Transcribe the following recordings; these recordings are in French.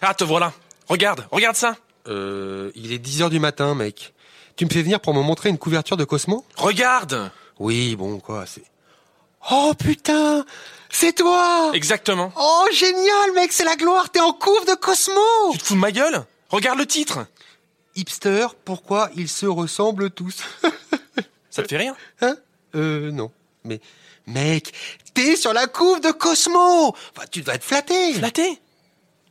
Ah, te voilà. Regarde, regarde ça. Euh, il est 10h du matin, mec. Tu me fais venir pour me montrer une couverture de Cosmo Regarde Oui, bon, quoi, c'est... Oh putain C'est toi Exactement. Oh génial, mec, c'est la gloire, t'es en couvre de Cosmo Tu te fous de ma gueule Regarde le titre Hipster, pourquoi ils se ressemblent tous Ça te fait rire Hein Euh, non. Mais, mec, t'es sur la couve de Cosmo Enfin, tu dois être flatté Flatté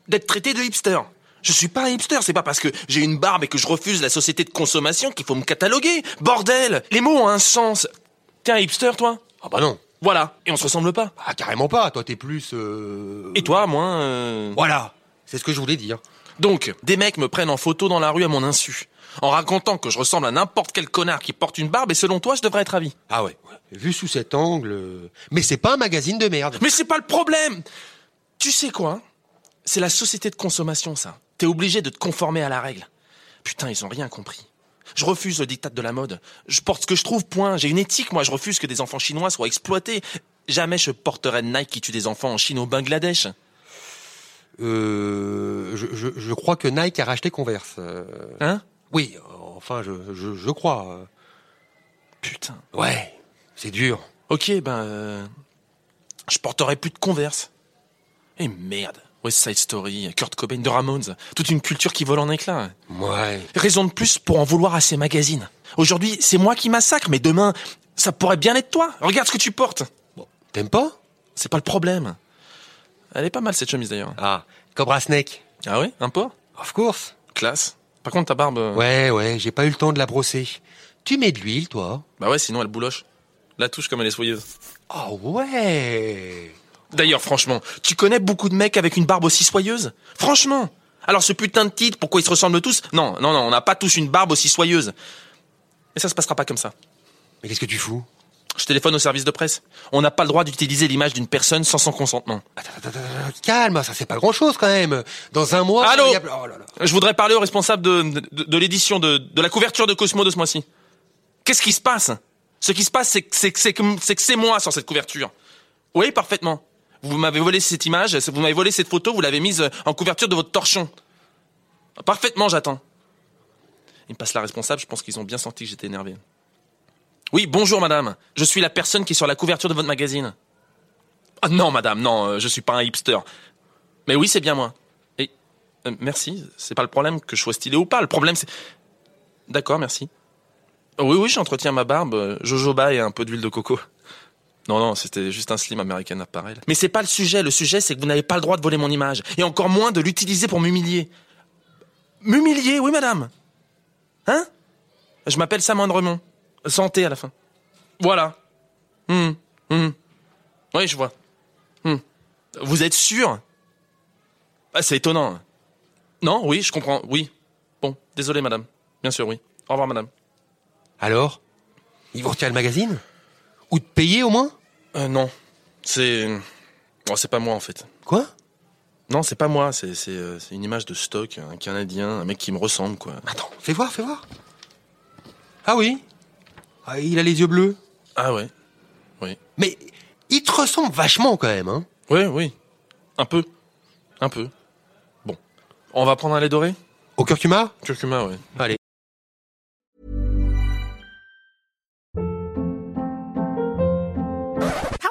D'être traité de hipster je suis pas un hipster, c'est pas parce que j'ai une barbe et que je refuse la société de consommation qu'il faut me cataloguer. Bordel Les mots ont un sens. T'es un hipster, toi Ah bah non Voilà. Et on se ressemble pas. Ah, carrément pas, toi t'es plus... euh, Et toi, moins... euh, Voilà, c'est ce que je voulais dire. Donc, des mecs me prennent en photo dans la rue à mon insu, en racontant que je ressemble à n'importe quel connard qui porte une barbe et selon toi, je devrais être ravi. Ah ouais, ouais. vu sous cet angle... euh, Mais c'est pas un magazine de merde Mais c'est pas le problème Tu sais quoi hein C'est la société de consommation, ça. T'es obligé de te conformer à la règle. Putain, ils ont rien compris. Je refuse le diktat de la mode. Je porte ce que je trouve, point. J'ai une éthique, moi. Je refuse que des enfants chinois soient exploités. Jamais je porterai de Nike qui tue des enfants en Chine ou au Bangladesh. Euh, je, je, je crois que Nike a racheté Converse. euh, Hein Oui, euh, enfin, je, je, je crois. euh. Putain. Ouais, c'est dur. Ok, ben... euh, je porterai plus de Converse. Et merde. West Side Story, Kurt Cobain, de Ramones. Toute une culture qui vole en éclats. Ouais. Raison de plus pour en vouloir à ces magazines. Aujourd'hui, c'est moi qui massacre, mais demain, ça pourrait bien être toi. Regarde ce que tu portes. T'aimes pas C'est pas le problème. Elle est pas mal cette chemise d'ailleurs. Ah, Cobra Snake. Ah ouais Un port Of course. Classe. Par contre, ta barbe. euh, Ouais, ouais, j'ai pas eu le temps de la brosser. Tu mets de l'huile, toi Bah ouais, sinon elle bouloche. La touche comme elle est soyeuse. Ah ouais D'ailleurs, franchement, tu connais beaucoup de mecs avec une barbe aussi soyeuse Franchement Alors ce putain de titre, pourquoi ils se ressemblent tous Non, non, non, on n'a pas tous une barbe aussi soyeuse. Mais ça se passera pas comme ça. Mais qu'est-ce que tu fous Je téléphone au service de presse. On n'a pas le droit d'utiliser l'image d'une personne sans son consentement. Attends, attends, attends, attends, calme, ça c'est pas grand-chose quand même. Dans un mois... Allô il y a- oh là là. Je voudrais parler au responsable de, de, de l'édition, de, de la couverture de Cosmo de ce mois-ci. Qu'est-ce qui se passe Ce qui se passe, c'est que c'est que- c'est que c'est que c'est moi sur cette couverture. Oui, parfaitement. Vous m'avez volé cette image, vous m'avez volé cette photo, vous l'avez mise euh, en couverture de votre torchon. Parfaitement, j'attends. Il me passe la responsable, je pense qu'ils ont bien senti que j'étais énervé. Oui, bonjour madame. Je suis la personne qui est sur la couverture de votre magazine. Ah non madame, non, euh, je suis pas un hipster. Mais oui, c'est bien moi. Et euh, merci, c'est pas le problème que je sois stylé ou pas, le problème c'est D'accord, merci. Oui oui, j'entretiens ma barbe, euh, jojoba et un peu d'huile de coco. Non non, c'était juste un slim American Apparel. Mais c'est pas le sujet, le sujet c'est que vous n'avez pas le droit de voler mon image et encore moins de l'utiliser pour m'humilier. M'humilier, oui madame. Hein Je m'appelle Samandre Remond. Santé à la fin. Voilà. Hum, hum. Oui, je vois. Hum. Vous êtes sûr ah, C'est étonnant. Non, oui, je comprends. Oui. Bon, désolé, madame. Bien sûr, oui. Au revoir, madame. Alors Ils vont retirer le magazine Ou te payer au moins Euh, non. C'est. Bon, c'est pas moi, en fait. Quoi Non, c'est pas moi. C'est c'est, euh, c'est une image de stock, un Canadien, un mec qui me ressemble, quoi. Attends, fais voir, fais voir. Ah oui Ah, Il a les yeux bleus. Ah ouais. Mais il te ressemble vachement quand même, hein Oui, oui. Un peu. Un peu. Bon. On va prendre un lait doré Au curcuma Curcuma, ouais. Allez.